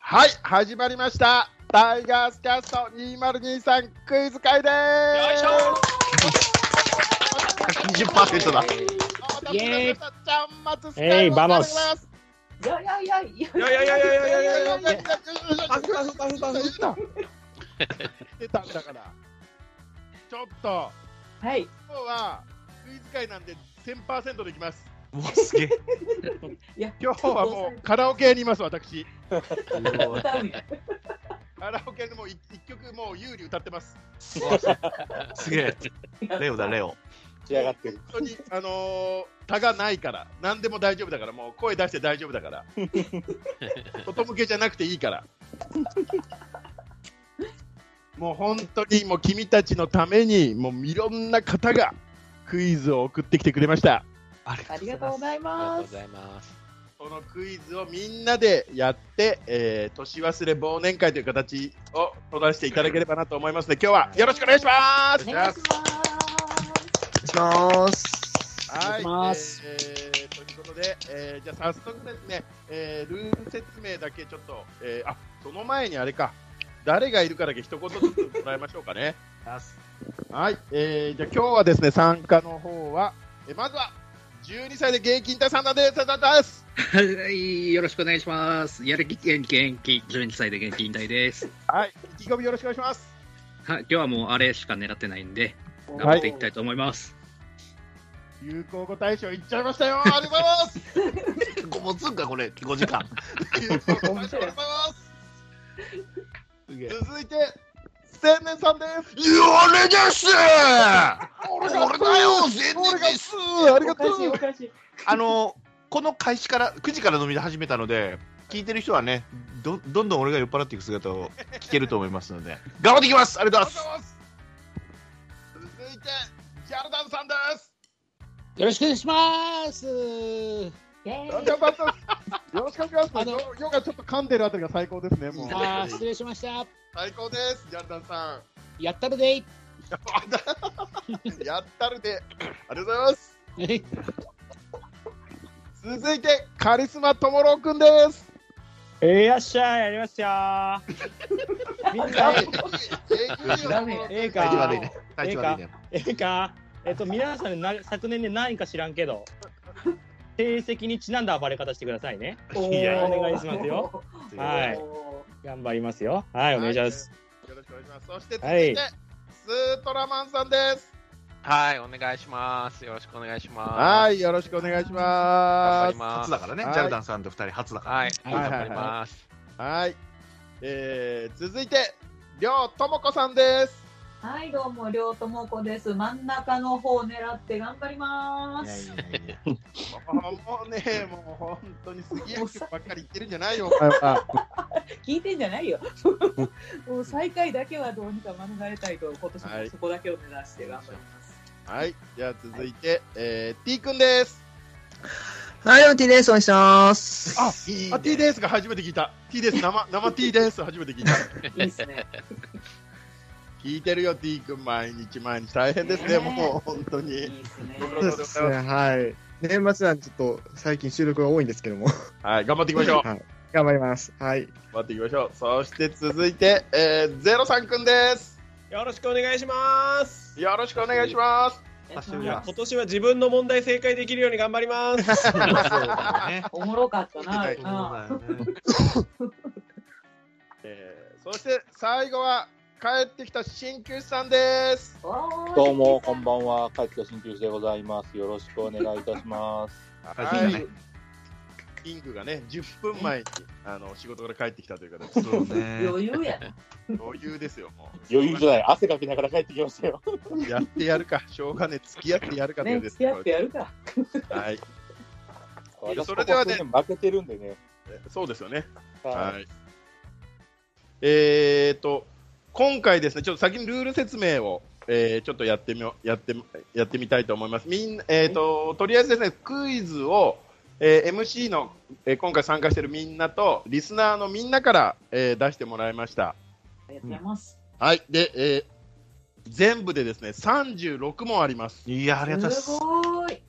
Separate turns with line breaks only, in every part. はい、始まりました。タイガースキャスト2023クイズ会で
よいし
す。
ょ
だ。
イエーイ
ちゃんまつす
えいバモス
いやいやいやい
いやいやいやいやいやいやいや
パフパフパフパフ出たんだから。ちょっと
はい。
今日はクイズ会なんで1000%できます。
うわすげえ
いや、
今日はもうカラオケにいます私。
歌うよ
カラオケでもう一一曲もう有利歌ってます。
すげえレオだレオ
仕上がってる。
本当に、あのー、他がないから、何でも大丈夫だから、もう声出して大丈夫だ から、外向けじゃなくていいから、もう本当にもう君たちのために、もういろんな方がクイズを送ってきてくれました。
あ
ありがとうござい
ありがと
ま
うご
す。
ざいます。
このクイズをみんなでやって、えー年忘れ忘年会という形を取らせていただければなと思いますので、今日はよろしくお願いします。
お願いし
はい、
お願いします
えーということで、えーじゃあ早速ですね、えールール説明だけちょっと、えーあその前にあれか、誰がいるかだけ一言ずつもらいましょうか ね。はい、えーじゃあ今日はですね、参加の方は、えーまずは12歳で現役引退さんなんです。です
はい、よろしくお願いします。やる気元気元気、12歳で元気引退です。
はい、意気込みよろしくお願いします。
はい、今日はもうあれしか狙ってないんで、頑
は
張
い
っていきたいと思います。
有効語大賞いっちゃいましたよ。ありがとうございます。
ごもつんかこれ5時間
有効語大賞ありがとうございます。
すげえ
続いて、千年さんです。
あれです俺だよ全然です
あり
ま
が
す。
と
おかしいお
う。
かしい。
あのこの開始から9時から飲み始めたので聞いてる人はねどどんどん俺が酔っ払っていく姿を聞けると思いますので頑張っていきますありがとうございます
続いて、ジャルダンさんです。
よろしくお願いします。
イェーイ
ジャルダンさん、よろしくお願いしま
あ
す。
の
ヨヨガちょっと噛んでるあたりが最高ですね。もう
あー失礼しました。
最高です、ジャルダンさ
やったるでい。
ん。やったるで、ありがとうございます。続いて、カリスマともろうくんです。
いらっしゃい、やりますよー。みんな、え
ダメ
ええ
体調
か
悪い、ね体調悪いね
ええか、えっと、皆さんね、な昨年ね、何位か知らんけど、成績にちなんだ暴れ方してくださいね。
お
いや
ー
お願いしますよ。はい
お
頑張りますよ。はい、お願いします。
よろしくお願いします。そして、続
はい
いて、スートラマンさんです。
はい、お願いします。よろしくお願いします。、
はいい、よろしくお願いし
頑張
ます
り。
初
ます。
だからね、
はい
ジャルダンさんと2人初だから、
はい、
はい
はいはい
頑張ります。
はい、えー、続いて、りょうともこさんです。
ーはい、どうも、りょうともこです。真ん中の方を狙って頑張りま
いや
す。
いやいやいや
もうね、もう本当に杉谷君ばっかり言ってるんじゃないよ、お前は。
聞いてんじゃないよ。もう最下位だけはどうにか免れたいと、今年もそこだけを目指して頑張ります。
はい、じゃあ続いて、えー、T 君です。
はい、オンティです。お願いします。
あ、あ T ですが初めて聞いた。T です、生、生 T です、初めて聞いた。
いいですね。
聞いてるよ、T 君、毎日毎日大変ですね、
ね
もう本当
いい
に。
ですね。
ご苦労
そうで
様
すね、はい。年末なんでちょっと最近収録が多いんですけども、
はい、頑張っていきましょう。
はい、頑張ります。はい。
頑張っていきましょう。そして続いて、えー、ゼロさん君です。
よろしくお願いします。
よろしくお願いします。
やっ
久しぶ
い
り
や
だ
ぱ
今年は自分の問題正解できるように頑張ります。
そうだね
おもろかったな。
そうだよね
えー、そして最後は、帰ってきた鍼灸師さんです。
どうも、こんばんは。かっきょ新旧でございます。よろしくお願いいたします。
は
はいい、
キングがね、10分前にあの仕事から帰ってきたという 形で、
そうね
余裕や。
余裕ですよ、もう。
余裕じゃない。汗かきながら帰ってきましたよ。
やってやるか、しょうがね、付き合ってやるかとい
ね、
うで
付
す
き
よ
合ってやるか。
はい、いや
私
それではね
ここ数年負けてるんでね。
そうですよね。
は
はい。えーと、今回ですね、ちょっと先にルール説明を、えーちょっとやってみよう、やってみ、やってみたいと思います。みんな、えーと、とりあえずですね、クイズを、えー MC の、えー今回参加しているみんなと、リスナーのみんなから、えー出してもらいました。
ありがとうございます。
はい、で、えー全部でですね、36問あります。
いやありがとうございます
すごーい。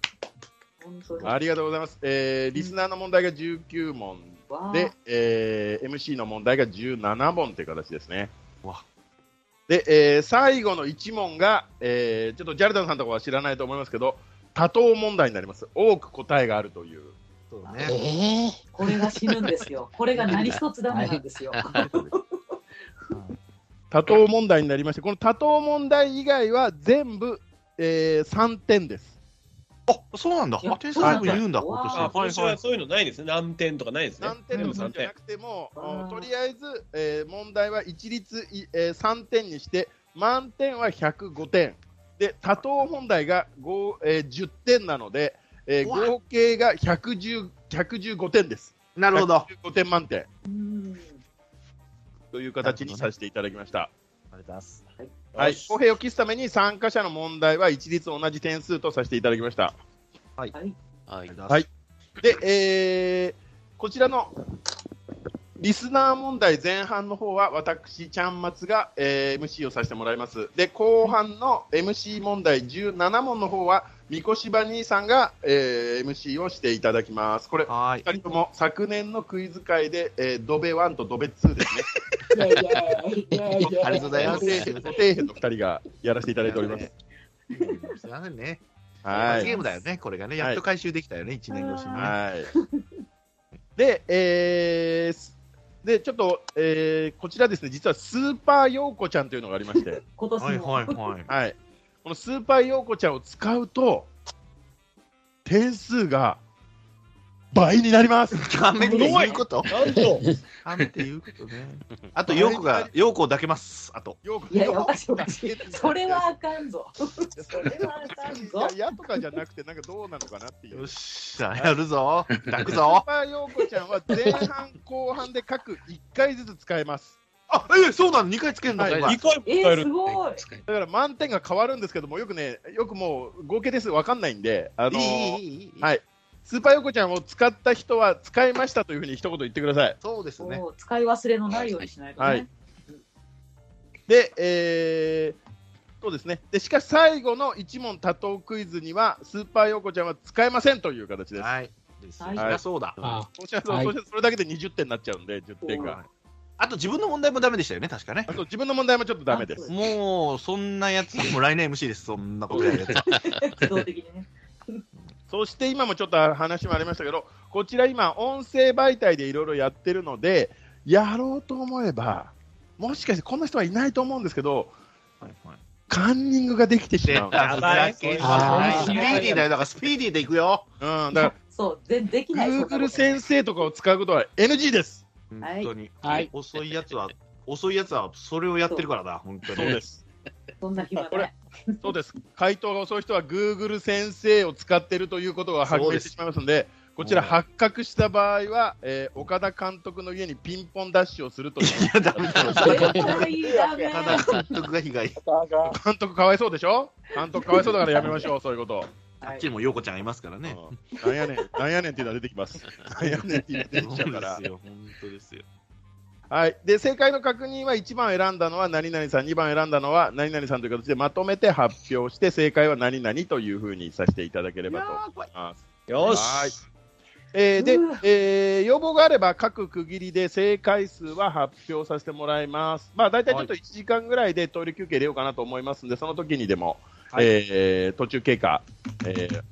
本当に。
ありがとうございます。えーリスナーの問題が19問
わあ
で、えー MC の問題が17問という形ですね。
わ
で、えー最後の1問が、えーちょっとジャルダンさんとかは知らないと思いますけど、多答問題になります。多く答えがあるという。
そう
え
ね。
ー、
これが死ぬんですよ。これが何一つダメなんですよ。
多答問題になりまして、この多答問題以外は全部、え3点です。
あ、そうなんだ。あ、天才部言うんだ、
いや
今
あ
年
あ、。今年はそういうのないですね。何点とかないですね。
何点
全
の
部
差
三
じ
点
ゃな。くても、
うん
うんとりあえず、えー問題は一律い、え3点にして、満点は105点。で、多答問題が5、えー10点なので、えー
うわ
合計が110 115点です。
なるほど。
115点満点
うん
という形にさせていただきました。は
はい
い、公平を期すために参加者の問題は一律同じ点数とさせていただきました。
はい。
はい。
はいで、えーこちらのリスナー問題前半の方は私、ちゃんまつが、えー MC をさせてもらいます。で、後半の MC 問題17問の方は、みこしば兄さんが、えー MC をしていただきます。これ、
はーい。
二人とも昨年のクイズ会で、えードベ1とドベ2ですね。
イェイイェイイェイイェイ
ありがとうございま
ご
す
底辺ご底辺の2人がやらせていただいております。
すいませんね。
は
ゲ
い。
ームだよね、これがね。やっと回収できたよね、一年越しにね。
はい。で、えーすで、ちょっと、えーこちらですね、実はスーパーヨーコちゃんというのがありま して、
今年
はい
も。
はいはい。
はい。このスーパーヨーコちゃんを使うと、点数が倍になり ます。
ダメって言うこと
なんと、
ダメって言うことね。あと、ヨーコが、ヨーコを抱けます。あと。
ヨーコ
いやいや、おかしいおかしい。それはあかんぞ。それはあかんぞ。
いややとかじゃなくて、なんかどうなのかなっていう
よっ。しゃ、やるぞ。抱く
スー
ぞ。
パーヨーコちゃんは前半、後半で各1回ずつ使えます。
あ、え、そうなの ?2 回つけるの
はい
今
2回も
え
使え
ー、す
る。
ごい。
使え
だから満点が変わるんですけども、よくね、よくもう合計点数わかんないんで、あのー
いいいいいいいい。
はいスーパーヨコちゃんを使った人は使いましたというふうに一言言ってください。
そうですね。
そう使い忘れのないようにしないとね。
はいで、えー、そうですね。で、しかし最後の一問多答クイズには、スーパーヨコちゃんは使えませんという形です。
はい。です
はい
はい、そうだ。
あ
そうしますと
はい
そうしますとそれだけで20点になっちゃうんで、10点が。
あと自分の問題もダメでしたよね、確かね
あ。と自分の問題もちょっとダメです。
す。
もう、そんなやつ、もう来年 MC です、そんなことやるやつ。
自動的にね。
そして今もちょっと話もありましたけど、こちら今、音声媒体でいろいろやってるので、やろうと思えば、もしかしてこんな人はいないと思うんですけど、カンニングができてしまう。
やばい
スピーデ
はい
ィーだよ、だからスピーディーでいくよ。
うん、だか
そう、全できな
ら、
い。
Google 先生とかを使うことは NG です。
はい
本当に。
はい
遅いやつは、遅いやつはそれをやってるからだ、本当に。
そうです。
そんな暇ない。
そうです。回答が遅い人は Google 先生を使ってるということが発
そう
見
で
し
す
てしまいますので、こちら発覚した場合は、えー岡田監督の家にピンポンダッシュをするという
いや、ダメだよ。
絶対ダメ。
ただ監督が被害。
あかん
監督かわいそうでしょ監督かわいそうだからやめ ましょう、そういうこと。
あっちにもヨコちゃんがいますからね。
うんなんやねん、なんやねんっていうのは出てき ます。なんやねんっていうのは出てきちゃうから
そうで。すよ本当ですよ。
はい。で、正解の確認は1番選んだのは何々さん、2番選んだのは何々さんという形でまとめて発表して、正解は何々というふうにさせていただければと思います。
よし。
はいえーで
うわ、
えー要望があれば各区切りで正解数は発表させてもらいます。まあ、大体ちょっと1時間ぐらいでトイレ休憩入れようかなと思いますんで、その時にでも、
はい
えー途中経過、えー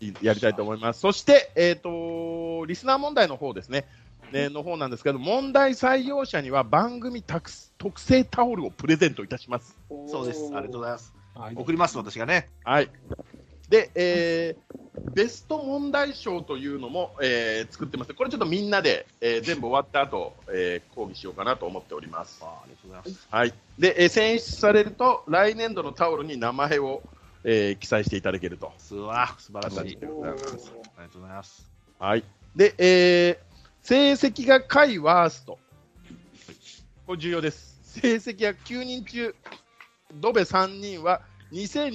いやりたいと思います。そして、えっ、と、リスナー問題の方ですね。ね、の方なんですけど、問題採用者には番組タクス特製タオルをプレゼントいたします。
そうです。ありがとうご
う。
ざいます。
あ
送ります、私がね。
はい。で、えーベスト問題賞というのも、えー作ってます。これちょっとみんなで、えー全部終わった後、えー、講義しようかなと思っております。
ありがとうございます。
はい。で、えー選出されると、来年度のタオルに名前を、えー記載していただけると。
すわ、素晴らしい。あ
形
り
でございます。
がとうございます。
はい。で、えー成績が下位ワースト。これ重要です。成績が9人中、ドベ3人は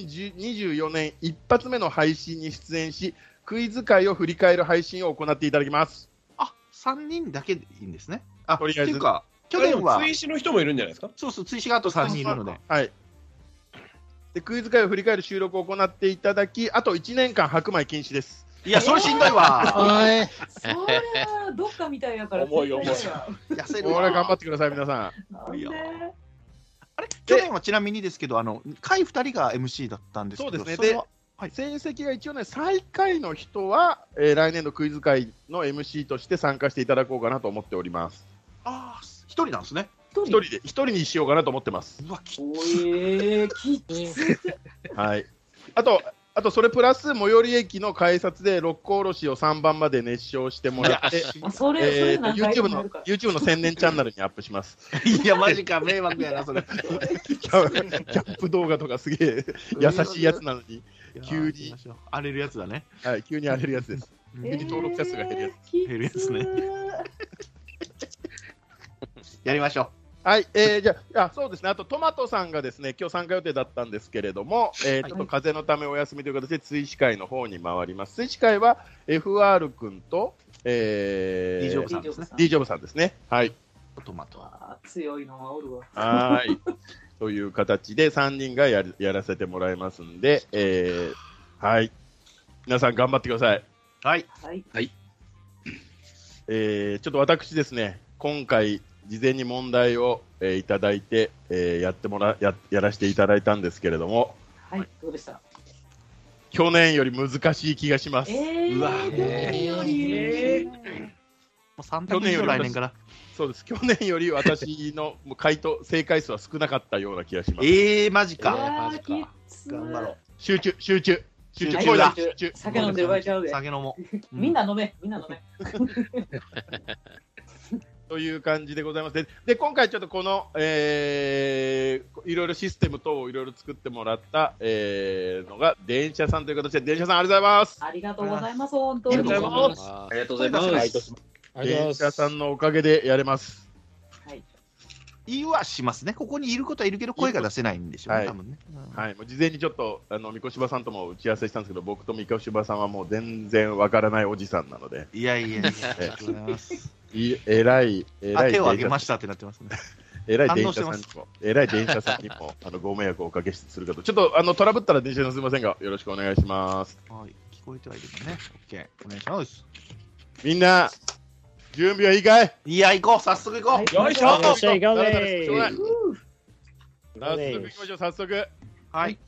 2024年一発目の配信に出演し、クイズ会を振り返る配信を行っていただきます。
あ、三人だけでいいんですね。あ、
とりあえず
っていうか、去
去年
年
は
は、
追試の人もいるんじゃないですか
そうそう、追試があと三人いるので。
はい。で、クイズ会を振り返る収録を行っていただき、あと1年間白米禁止です。
いや、それしんどいわ。
はい。
それはどっかみたいやから。
重い重い
絶対
痩せる
こ
わ
れ頑張ってください、皆さん。
だわなんで
いや去年はちなみにですけど、あの、会二人が MC だったんですけど、
そうですね
れは
成績が一応ね、最下位の人は、えー来年のクイズ会の MC として参加していただこうかなと思っております。
ああ、一人なんですね。
一
一人で、一人にしようかなと思ってます。
うわ、き
おえー、きつ
はい。あと、あとそれプラス、最寄り駅の改札で六甲おろしを3番まで熱唱してもらって、
あそれ、そ
え
れ
ーと
何回
YouTube
もや
の
るから。
YouTube の千年チャンネルにアップします。
いや、マジか、迷惑やな、それ。
キャップ動画とかすげえ優しいやつなのに、急に
いや。荒れるやつだね。
はい、急に荒れるやつです。
え
急に登録者数が減るやつ。
つ
減るやつね。やりましょ
はい、えー、じゃああ、そうですね、あとトマトさんがですね、今日参加予定だったんですけれども、えーちょっと風邪のためお休みという形で、追試会の方に回ります。追試会は FR 君と、え
う。
ー、
D ジョブ
さ
さ
ん
ん
で
ですす
ね
ね。
D ジョブさんですね。 はい。
トマト。
わー強いのはおるわ。
はーい。という形で3人がやるやらせてもらいますんで、えー、はい。皆さん頑張ってください。
はい。
はい。
えー、ちょっと私ですね、今回、事前に問題を、えーいただいて、えーやってもらや、やらせていただいたんですけれども、
はい。どうでした
去年より難しい気がします。
えー、
うわ
去年より。
え
もう3
去
択
年
以
より
上来年から。
そうです。去年より私のもう回答、正解数は少なかったような気がします。
ええー、マジ
うわ
か。
ー
マジか
きつ
頑張ろう。
集中、集中、集中、
集中
声だ
集中
集中。
酒飲んでる場合ちゃうで。
酒飲もう。うん
みんな飲め、みんな飲め。
という感じでございます。で、で今回ちょっとこの、えー、いろいろシステム等をいろいろ作ってもらった、えー、のが、電車さんという形で、電車さんありがとうございます。
ありがとうございます、本当
あ
に。
りがとうございます
あ
ありがとうございます。
毎年
ありがとうご
電
ざい
車
ます。
さんのおかげでやれます。
言いはしますね。ここにいることはいるけど、声が出せないんでしょう
はい
ね、多分ね。
はい、もう事前にちょっと、あの、三越柴さんとも打ち合わせしたんですけど、僕と三越柴さんはもう全然わからないおじさんなので、
いやいやいや、あ
え
りがとうございます。
いえらい、え
あ、
らい
手を
電
挙げ
車
ましたってなってますね。
えらい
反
電
応し
車
て
さん
ま
に
す
も、えらい電車さんに も、あの、ご迷惑をおかけするかと。ちょっと、あの、トラブったら電車さんすいませんが、よろしくお願いします。
はい。聞こえてはいるのね。オッケー。お願いします。
みんな、準備はいいかい
いや、行こう。早速行こう。
よいしょ
よっしゃ、行こうぜ
しょうがない
え
早速行きましょう、早速。
はい。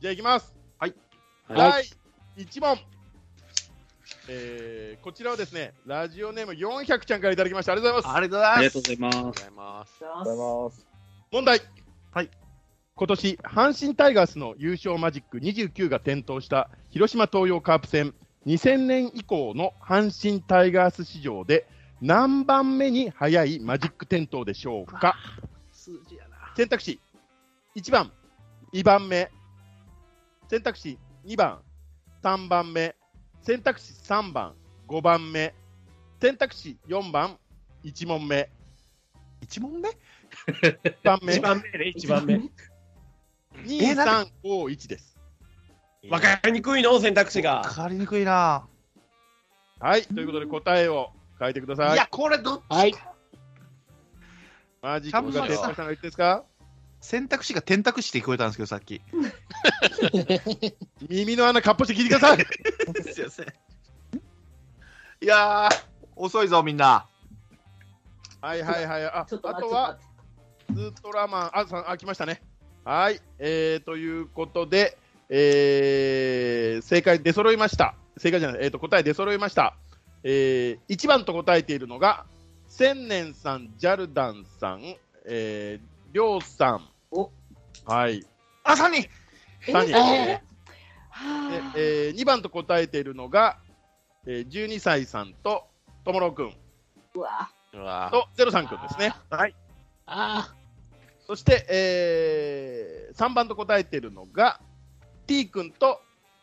じゃあ行きます。
はい。
第1問。えー、こちらはですね、ラジオネーム400ちゃんからいただきました。ありがとうございます。
ありがとうござ
あ
い
り
ま
が
す
とう。ございま
りがとうございます。
ありがとうございま
ありがとうございます。
問題。
はい。
今年、阪神タイガースの優勝マジック29が点灯した広島東洋カープ戦、2000年以降の阪神タイガース史上で何番目に早いマジック点灯でしょうか
数字やな。
選択肢1番、2番目、選択肢2番、3番目、選択肢3番、5番目、選択肢4番、1問目、
一問目
1番目
一、番目ね、一番目。
2、3、5、1です。
わかりにくいの、選択肢が。
かりにくいな。
はい、ということで答えを書いてくださ
い
い。
や、これど、
はい。
マジックが
ちゃんと
天
さ
才さんが言ってんですか
選択肢が選択肢って聞こえたんですけど、さっ き。
耳の穴かっぽして聞いてくださ い
すいません。いやー、遅いぞ、みんな。
はいはいはい。ああ
す。ちょ
と
っと待って、ちょ
はウル
っと待、
トラマン、あ、さん、あ、来ましたね。はい。えー、ということで、えー、正解出揃いました。正解じゃない、えー、と、答え出揃いました。えー、1番と答えているのが、千年さん、ジャルダンさん、えー、りょうさん。
お
はい。
あ、3人
3人。
えー
で
はあ
え2番と答えているのが、えー12歳さんとともろうくん
うわ
うわ
とゼロさんくんですね。はい、
あ
そして、え3番と答えているのが T くんと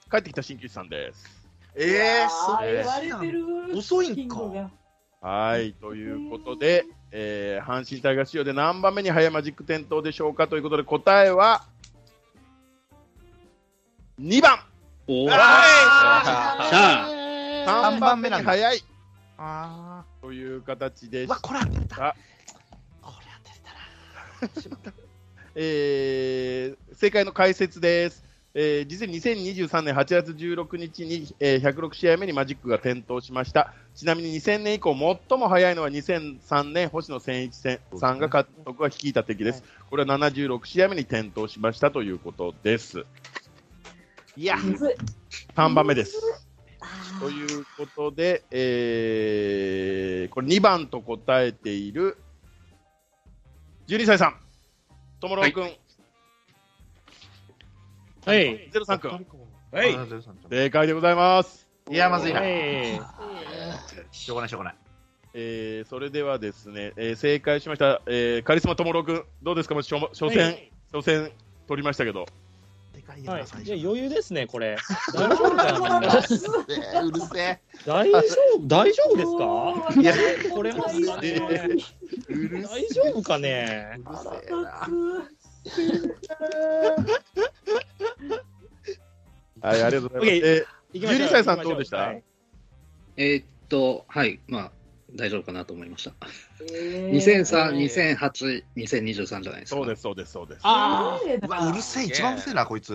帰ってきた鍼灸師さんです。
えー、
あ
そう
ー言われてる。
遅いん
キング
か。
が
はいということで、えー阪神タイガース史上で何番目に早いマジック点灯でしょうかということで答えは2番
おー
あ
ー
さあ、
3番目に早い
ーあ
という形で
ー。
し
うわ、これ当てれ
あ
た。これ当てれたな。
えー正解の解説です。えー実に2023年8月16日に、えー106試合目にマジックが点灯しました。ちなみに2000年以降、最も早いのは2003年、星野千一さんが監督が率いた敵です。これは76試合目に点灯しましたということです。いや、
むずい。
3番目です。
あ
ということで、えーこれ2番と答えている12歳さん、ともろうくん、
はい。
ゼロさんくん、
はい。
正解でございます。
いや、まずいな。
はい。
しょうがない、しょうがない。
えーそれではですね、えー正解しました、えーカリスマともろうくん、どうですか、もう初初戦、初戦取りましたけど、
でかいやつ
は
が
い
最、
いや
初。
余裕ですね、これ。大丈夫かなみんな
えーうるせえ。
大丈夫大丈夫ですか
かいや、
これも
大
大
丈夫
うるせえ。
丈夫かね
うるせえな。
はい、ありがとうございます。
OK
えー
行きましょう
ジュリーサイさんどうでした
はい
えーっと、はい、まあ、大丈夫かなと思いました。
えー
2003、2008、2023じゃないですか。
そうです、そうです、そうです。
あ
すげえな
うわ、うるせえ。一番うるせえな、こいつ。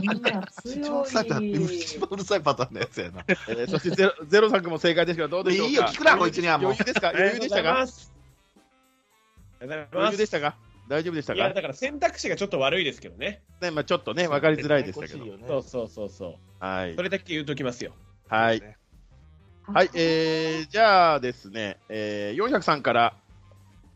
みんな
一番うるさいパター
強
ン
い。
一番うるさいパターンのやつやな。
えーそしてゼロゼロさんくんも正解ですけど、どうでしょうか。
いいよ聞くなこいつにはもう
余裕ですか余裕でした
あ
か
りがとうございます。あ
余
りがとうご
裕
ざ
で
い
し
ま
たか大丈夫でした
す。いや、
か
だから選択肢がちょっと悪いですけどね。
ね、まあちょっとね、わかりづらいでしたけど。
そうそうそうそ
は
う。
い
そ。れだけ言うときますよ。
はい。はい、えー、じゃあですね、えー、400さんから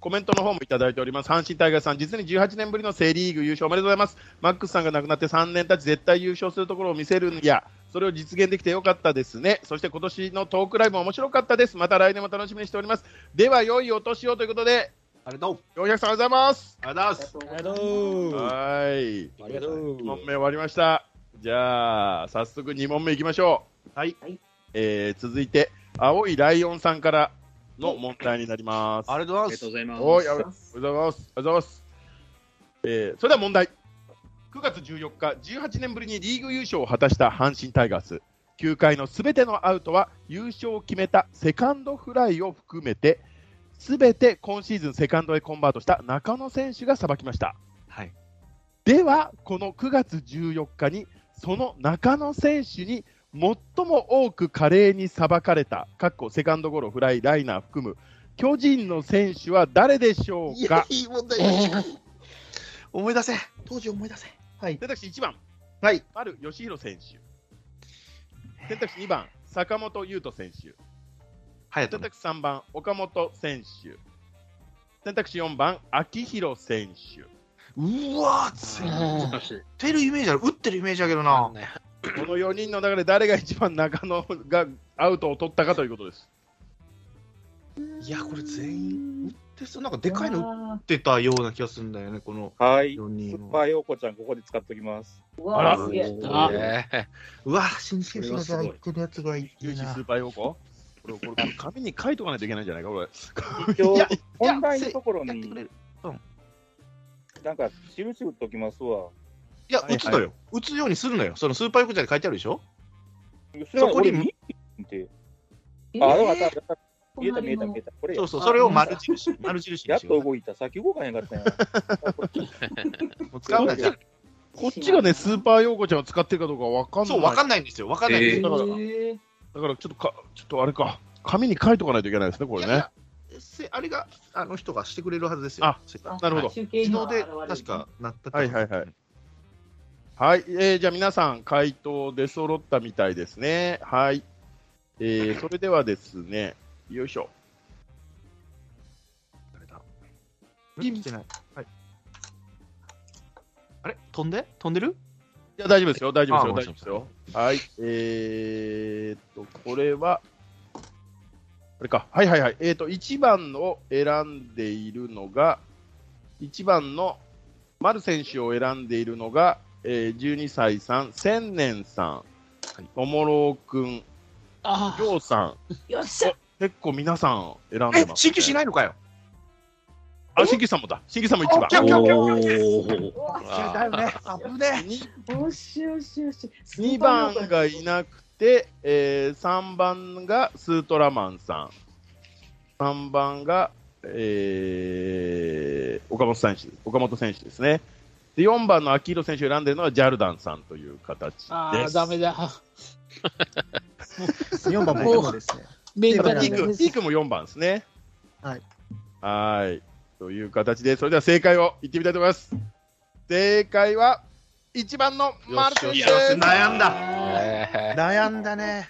コメントの方もいただいております。阪神タイガースさん、実に18年ぶりのセ・リーグ優勝おめでとうございます。マックスさんが亡くなって3年経ち、絶対優勝するところを見せるんや、それを実現できてよかったですね。そして今年のトークライブも面白かったです。また来年も楽しみにしております。では、良いお年をということで、
あれどう
400さんおはようございます。
ありがとうございます。
ありがとう。あ
はい。
りがとう
1問目終わりました。じゃあ、早速2問目いきましょう。
はい
はい。
えー、続いて、青いライオンさんからの問題になります。
ありがとうご
あ
ざ
り
い
がとう
ま
ござ
お
います。
い、ありがとうございます。ありがとうございます。えー、それでは問題。9月14日、18年ぶりにリーグ優勝を果たした阪神タイガース。9回のすべてのアウトは優勝を決めたセカンドフライを含めて、すべて今シーズンセカンドへコンバートした中野選手がさばきました。
す。はい。
では、この9月14日に、その中野選手に最も多く華麗にさばかれた、かっこセカンドゴロ、フライ、ライナー含む、巨人の選手は誰でしょ
いうや
か、
いい問題。思い出せ。当時思い出せ。はい。
選択肢1番、
はい。
丸義弘選手。選択肢2番、坂本優斗選手。
はい。
選択肢3番、岡本選手。選択肢4番、秋広選手。
うわー、
難しい。
打ってるイメージある。打ってるイメージあるけど
わか。
なん
ない
この4人の中で誰が一番中野がアウトを取ったかということです。
いや、これ全員打ってそう。なんかでかいの打っ
の。
てたような気がするんだよね、この
はい。
4
ス
人
ーパ
は。
ーヨーコちゃん、ここで使っときます。
うわ
あ
あ、すげえ。
あ
えー
うわ、新選手のさ、言ってるやつがい
ユ
い
ージス
な
ー。パーヨーコこれ、これ、紙に書いとかないといけないんじゃないか、これ。
今
いや
日、本題のところ
やって
に
くれ、る
なんか、印打っときますわ。
いや、
はい
打つのよ。打つようにするのよ。そのスーパーヨークちゃんに書いてあるでしょ
そ
こに
見て。
えー
あ、だから、だから見えた、見えた、見えた。これ
そ
や
う、そう、それを丸印、丸印
や
に
っ
しよ
と
う。
動いた。先動かへんかったんや。
もう使わないじゃん。
こっちがね、スーパーヨーコちゃんを使ってるかどうかわかんない。
そう、わか
ん
んないんですよ。わかんないんです
え
よ。だから
ー
だから、ちょっとか、ちょっとあれか、紙に書いとかないといけないですね、これ
いやい
ね
や。せあれが、あの人がしてくれるはずですよ。
あ
せ
あ
なるほど
中継
自
に
動
は現れ
で
る
確かなったと
はいはいはい。はい、えー、じゃあ皆さん、回答出揃ったみたいですね。はい。えー、それではですね、よいしょ。
誰だ来てない。はい。あれ飛んで飛んでる
いや、大丈夫ですよ、大丈夫ですよ、大
あ
丈夫ですよ。はい、えー、っと、これは、これか、はいはいはい、えー、っと、1番を選んでいるのが、1番の丸選手を選んでいるのが、えー、12歳さん、千年さん、ともろうくん、り
あ
ょうさん、
よっしゃ。
結構皆さん選ん
え
で、ます、
新旧しないのかよ。
あ、新規さんもだ、新規さんも1番。
キャッキャッキャッキャッ
う
お
わ
あー
だよね。あぶね
よしよしよし。
2番がいなくて、えー、3番がスートラマンさん、3番が、えー、岡本選手岡本選手ですね、で、4番の秋広選手を選んでるのはジャルダンさんという形です。
ああ、ダメだ。
4番もいいですね。
メン
た
バ
だ
ー
ピ
ダメ
ーク、ピークも4番ですね。
はい。
はーい。という形で、それでは正解を言ってみたいと思います。正解は、1番の丸選
よし
手
よし悩んだ。
え
悩んだね。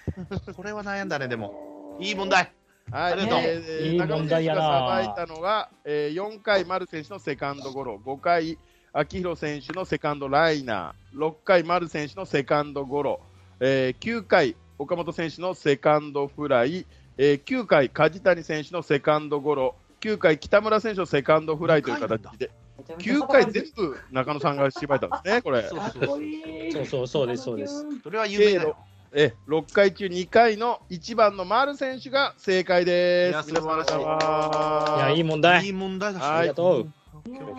これは悩んだね、でも。いい問題。
はい、
ありがとう
えー
いい
中野
問
選
題
手
や
が
な
さばいたのが、えー、4回、丸選手のセカンドゴロ、5回、秋広選手のセカンドライナー、6回、丸選手のセカンドゴロ、えー、9回、岡本選手のセカンドフライ、えー、9回、梶谷選手のセカンドゴロ、9回、北村選手のセカンドフライという形で、
めちゃめちゃ
9回全部中野さんが芝居たんですね、こ れ。
かっこいい。
そうそうそうですそうです。
それは有名だよ。
えー、6回中2回の1番の丸選手が正解
い
で
や
す。
素晴らしい
皆様
いやいい問題。
いい問題だし。
はい
ありがとう。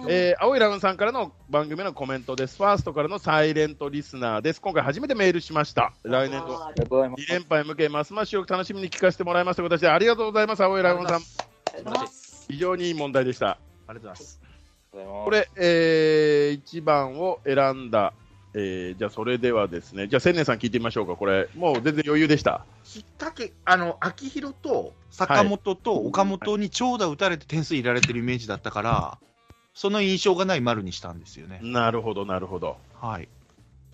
えー青いラムさんからの番組のコメントです。ファーストからのサイレントリスナーです。今回初めてメールしました。来年度
あ
りがとうございま
2連覇へ向け、ますますよく楽しみに聞かせてもらいますということで、ありがとうございます、青いラムさん。
りがとうございます
非常にいい問題でした。
ありがとうございます。
す。こ
これ、え1番を選んだ、えーじゃあそれではですね、じゃあ千年さん聞いてみましょうか、これ、もう全然余裕でした。
きっかけ、あの、秋広と坂本と岡本に長打打たれて点数入れられてるイメージだったから、その印象がない丸にしたんですよね。
なるほど、なるほど。
はい。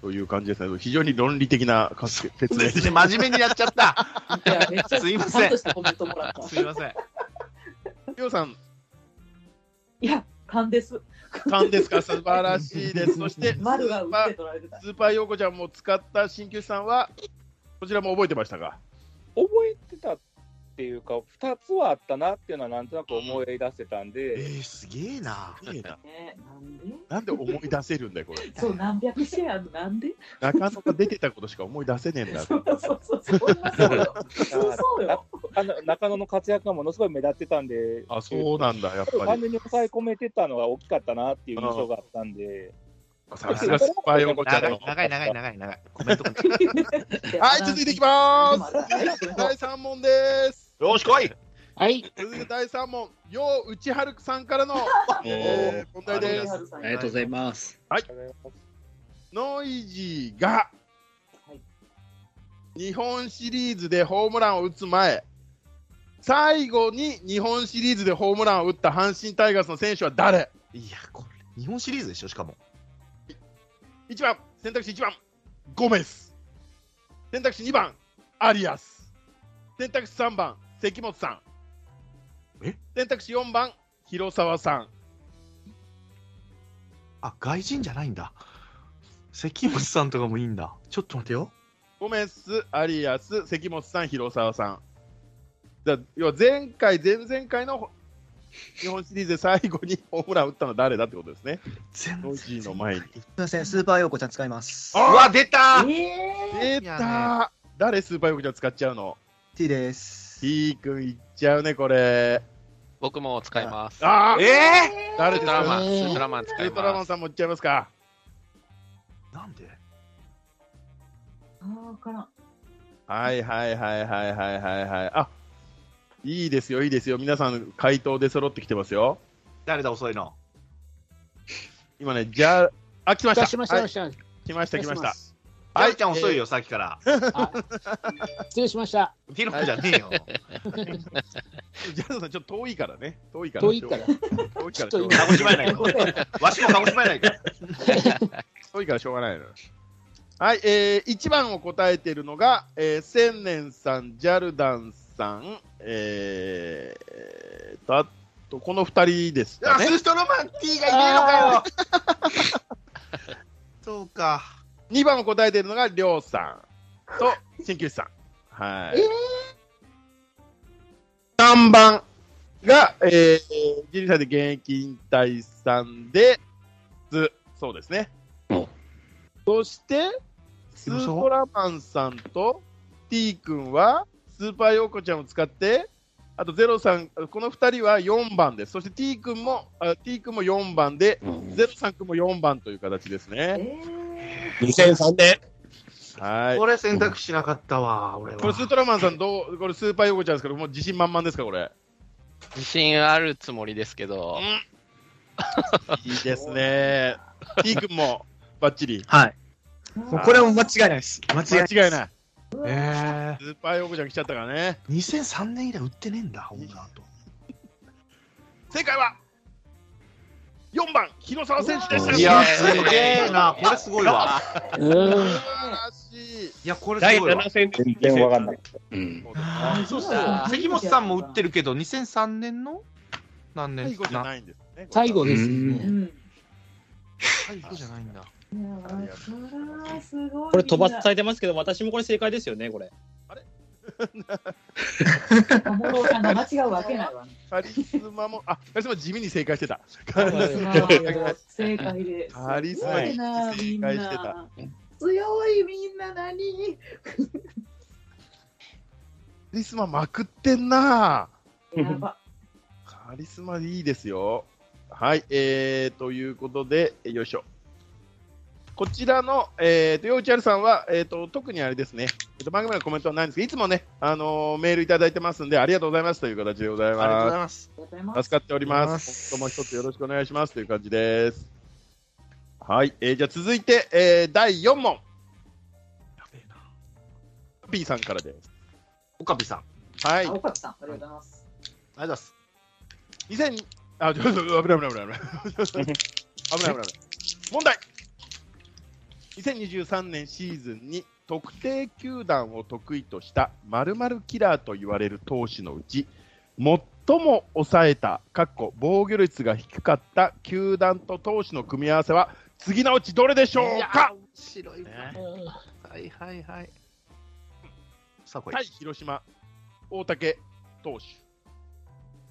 という感じですね。非常に論理的な説明で
ですすね、真面目にやっちゃった。
いやめっちゃ
すいません
ちゃんとしたコメントもらった。
すいません。
りょうさん、
いや、勘です。
勘ですか、素晴らしいです。そして、
丸が打って取られてた。
スーパーヨーコちゃんも使った鍼灸師さんは、こちらも覚えてましたか
覚えてたっていうか、2つはあったなっていうのはなんとなく思い出せたん
え
で、
ー、すげえな。
ねなんで
なんで思い出せるんだよ、これ。
そう、何百試合あるのなんで
なかなか出てたことしか思い出せねえんだ。
そうそうそう。そりゃそうよ。普通そうよ。
あの中野の活躍がものすごい目立ってたんで、
あ、そうなんだ、やっぱ
完
り。
全に抑え込めてたのが大きかったなっていう印象があったんで、
さすがスーパーヨーコちゃん
長
の
い、。長い、長い、長い、長い。コメント。
はい、続いていきま。
ます
第3問です。
よし、来い。
はい。
続いて第3問、よう内春さんからの、えー問題です。
ありがとうございます。
ノイジーが
はい
日本シリーズでホームランを打つ前、最後に日本シリーズでホームランを打った阪神タイガースの選手は誰
いや、これ、日本シリーズでしょ、しかも。
?1 番、選択肢1番、ゴメス。選択肢2番、アリアス。選択肢3番、関本さん。
え
選択肢4番、広沢さん。
あ、外人じゃないんだ。関本さんとかもいいんだ。ちょっと待てよ。
ゴメス、アリアス、関本さん、広沢さん。だ要は前回、前々回の日本シリーズで最後にホームラン打ったのは誰だってことですね。
全
ノイジーの前に。
すみません、スーパーヨーコちゃん使います
う。わ、出た
出
え
たー誰スーパーヨーコちゃん使っちゃうの
T です。
?T 君いっちゃうね、これ。
僕も使います。
あー
え
誰
ウル
です
トラ
か
マン、ウルトラマン
ウ
使い
ルトラマ
ま
ン
す。
さんもいっちゃいますか
ー、なんで
あーわからん。
はいはいはいはいはいはいはい。あいいですよ、いいですよ。皆さん、回答で揃ってきてますよ。
誰だ、遅いの。
今ね、じゃあ、あ、来ました。
出しました、
は
出
い
しまし。
来ましたた、来ました。
あいちゃん遅いよ、さっきから。
はい失礼しました。
ヒロ君じゃねえよ。
ジャズさん、ちょっと遠いからね。遠いから。
遠いから。
遠い
ち
か
ょっ
らし
と
ょうが
今
鹿児島やないか。 わしも鹿児島やないか。
遠いからしょうがないのよ。はい、えー、1番を答えているのが、えー、千年さん、ジャルダンさん、えー、えーと、あと、この2人ですか
あ、
ね
ス。ーストロマン T がいねえのかよ。 そうか。
2番を答えているのが、りょうさんと、鍼灸師さん。はい。3番が、えー、12歳で現役引退さんで、ず、そうですね
お。
そして、スートラマンさんと T 君は、スーパーヨーコちゃんを使って、あとゼロさん、この2人は4番です。そして T 君も、あ T 君も4番で、ゼロさん君も4番という形ですね。
えー
2003年。
はい。
これ選択しなかったわ、俺は。
これスートラマンさんどうこれスーパーヨーコちゃんですけどもう自信満々ですかこれ。
自信あるつもりですけど、
いいです ね。T 君もバッチリ。
はい。
もう
これはもう間違いないです。間違いないです。。
間違いないい。
え
スーパーヨーコちゃん来ちゃったからね。
ー、2003年以来売ってねえんだ、ホームランと。
正解は4番、広沢選手でした。
いや、すげえな、これすごいわ。
素晴らしい。
いや、これ
第
すごいわ
7。戦で
全然わかんない。
うん。
あーそうそう
あー
関本さんも売ってるけど、2003年の何
最
年
後じゃ
な
ないんですね。
最後です
う
ね。
ん。
最後じゃないんだ。
いやーそれはすごい。
これ飛ばされてますけど、私もこれ正解ですよね、これ。
小室さんが間違うわけないわね。
カリスマも、あ、カリスマ地味に正解してた。
正解です。
カリスマ
強いな、
正
みん
解してた。
な。強いみんな何
カリスマまくってんな
やば。
カリスマでいいですよ。はい、えー、ということで、えよいしょ。こちらの、えー、と、ようちゃるさんは、えー、と、特にあれですね、えーと、番組のコメントはないんですけど、いつもね、あのーメールいただいてますんで、ありがとうございますという形でござい
ありがとうござ
ま
います。
ありがとうございま
す。
す
助かっております。今後とも一つよろしくお願いしますという感じです。はい、えー、じゃあ続いて、えー、第4問。P さんからです。
岡部さん。あ
はい
あ。岡部さん、ありがとうございます。
りがとうございます。
2000あ、ちょっと危ない危ない危ない危ない危ない危ない危ない問題2023年シーズンに特定球団を得意とした〇〇キラーと言われる投手のうち最も抑えたかっこ防御率が低かった球団と投手の組み合わせは次のうちどれでしょうか
白い
ねはいはいはい。
さあ、これ。
対広島大竹投手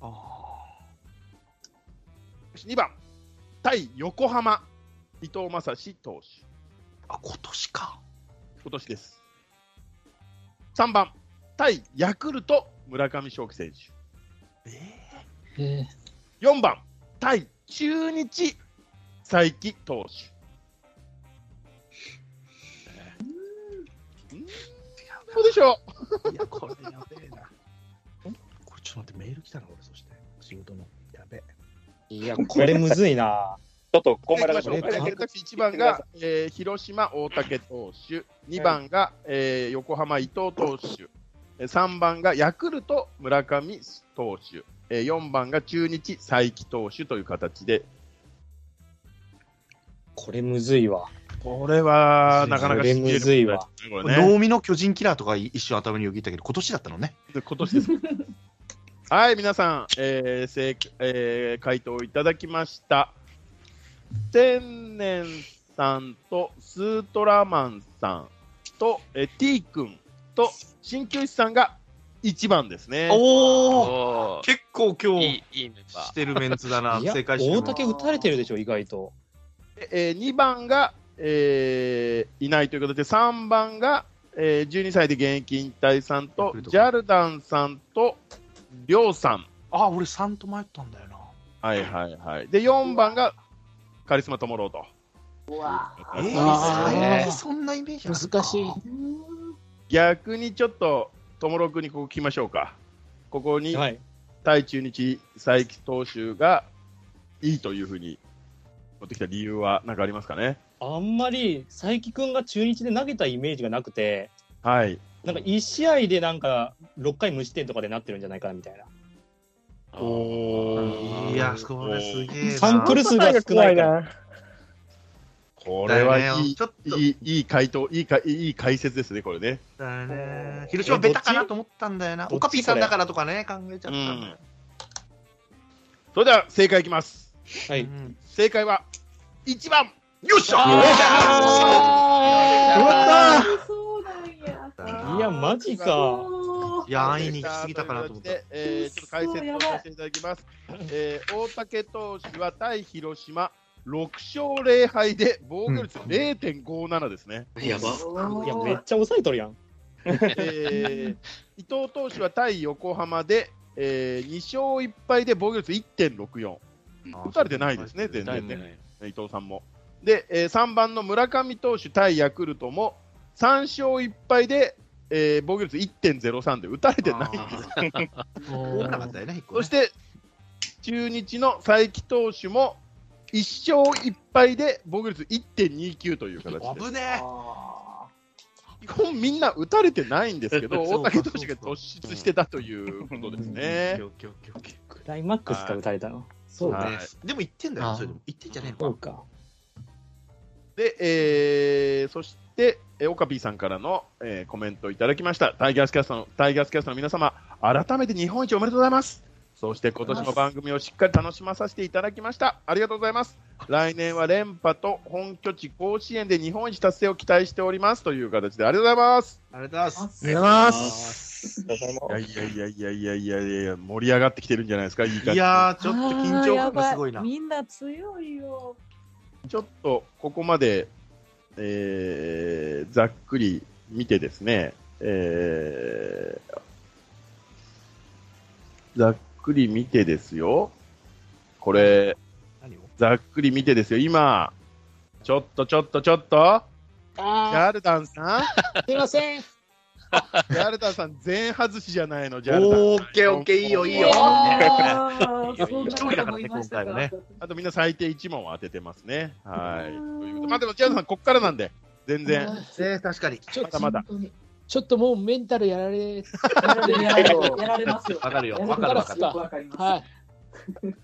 あ
2番対横浜伊藤将司投手
ーあ、今年か。
今年です。3番、対ヤクルト、村上正輝選
ええ
え
手。4番、対中日、才木投手。うんそうでしょう
いや、これやべえな。 これちょっと待って、メール来たな、俺、そして。仕事の。やべえ。
いや、
これむずいな。
ちょっと、こん
選
が
択
ら
肢
が紹介だけ
1番が、えー広島、大竹投手。2番が、えー横浜、伊藤投手。えー3番がヤクルト、村上投手。えー4番が中日、才木投手という形で、
これむずいわ。
これはなかなか
これむずいわ。
これね
能見の巨人キラーとか一瞬頭によぎったけど、今年だったのね。
今年です。はい、皆さん、えー正解えー回答いただきました。天然さんとスートラマンさんと、えー、T 君と鍼灸師さんが1番ですね。
おお
お
結構今
お。い
日
い、いいメンバ
し
ー。
てるメンツだな。
いや、
正解して
大
る
竹打たれてるでしょ、意外と。
えー、2番が、えーいないということで、3番が、えー12歳で現役引退さんと、ジャルダンさんと、りょうさん。
あ、俺3と迷ったんだよな。
はいはいはい。で、4番がカリスマともろうと。
えー、
あー
最近そんなイメージあるか
難しい。
逆にちょっと、ともろくんにここ聞きましょうか。ここに、
はい。
対中日佐伯投手がいいというふうに持ってきた理由は何かありますかね。
あんまり佐伯君が中日で投げたイメージがなくて、
はい。
なんか1試合でなんか6回無失点とかでなってるんじゃないかなみたいな。
いや、これすげえな。
サンプル数が少ないから。
こ
だ
れ
よ
は
ね
いい
ちょっ、と
いい、いい回答、いいか、いい解説ですね、これね。
だね。広島ベタかなと思ったんだよな。
どっち
オカピーさんだからとかね、考えちゃったんだよ。
それでは正解いきます。
は
う
い。
ん
正解は、1番
よっし
あ
ゃ
やっ
そうなんや。
たいや、マジか。
そう
いや、安易に行き過ぎたかなと思った。
で、えーちょっと解説をさせていただきます。えー大竹投手は対広島6勝0敗で防御率0.57ですね。
やば。
いや、めっちゃ抑えとるやん。
えー伊藤投手は対横浜で、えー2勝1敗で防御率1.64。打たれてないですね、全然ね、伊藤さんも。で、え3番の村上投手対ヤクルトも3勝1敗で、えー防御率1.03で打たれてない
あー多くなかったよね、一個
そ
ね
して、中日の才木投手も、 1勝1敗で防御率1.29という形で
危ね
あ
基本みんな打たれてないんですけど
そう
大
か
竹投手が突出してたということですね。
クライマックスから打たれたの。そう
は
か。
い
え。でも1点だよ、それでも。1点じゃねえ
そ
か
う。か。
で、えーそして、えーオカピーさんからの、えーコメントをいただきました。タイガースキャストの、タイガースキャストの皆様、改めて日本一おめでとうございます。そして今年も番組をしっかり楽しまさせていただきました。ありがとうございます。来年は連覇と本拠地甲子園で日本一達成を期待しておりますという形でありがとうございます。
ありがとうございます。
ー
りがとうございます。
いやいやいやいやいやいやいやいや盛り上がってきてるんじゃないですか。いい感
い
じ。
やー、ちょっと緊張感がすごい
あ
な
ーやば。みんな強いよ。
ちょっとここまで、えーざっくり見てですね、えーざっくり見てですよ、これ、
何を
ざっくり見てですよ、今、ちょっとちょっとちょっと、ジ
あ
ャルダン さん、
あ、すいません。
ジャルダンさん、全外しじゃないの、ジャルダン。
オーケー、オーケー、いいよ、い いよ。
あーそんな
一人だからね
こともいました
今回はね
あとみんな最低1問を当ててますね。はい。ということでまあでも、ジャルダンさん、こっからなんで、全然、
えー確かに。
ちょ
まだまだ。
ちょっともうメンタルやられ、
やられやられやられますよ。
わかるよ
やられ
わかるわか
ますよわかります。
はい。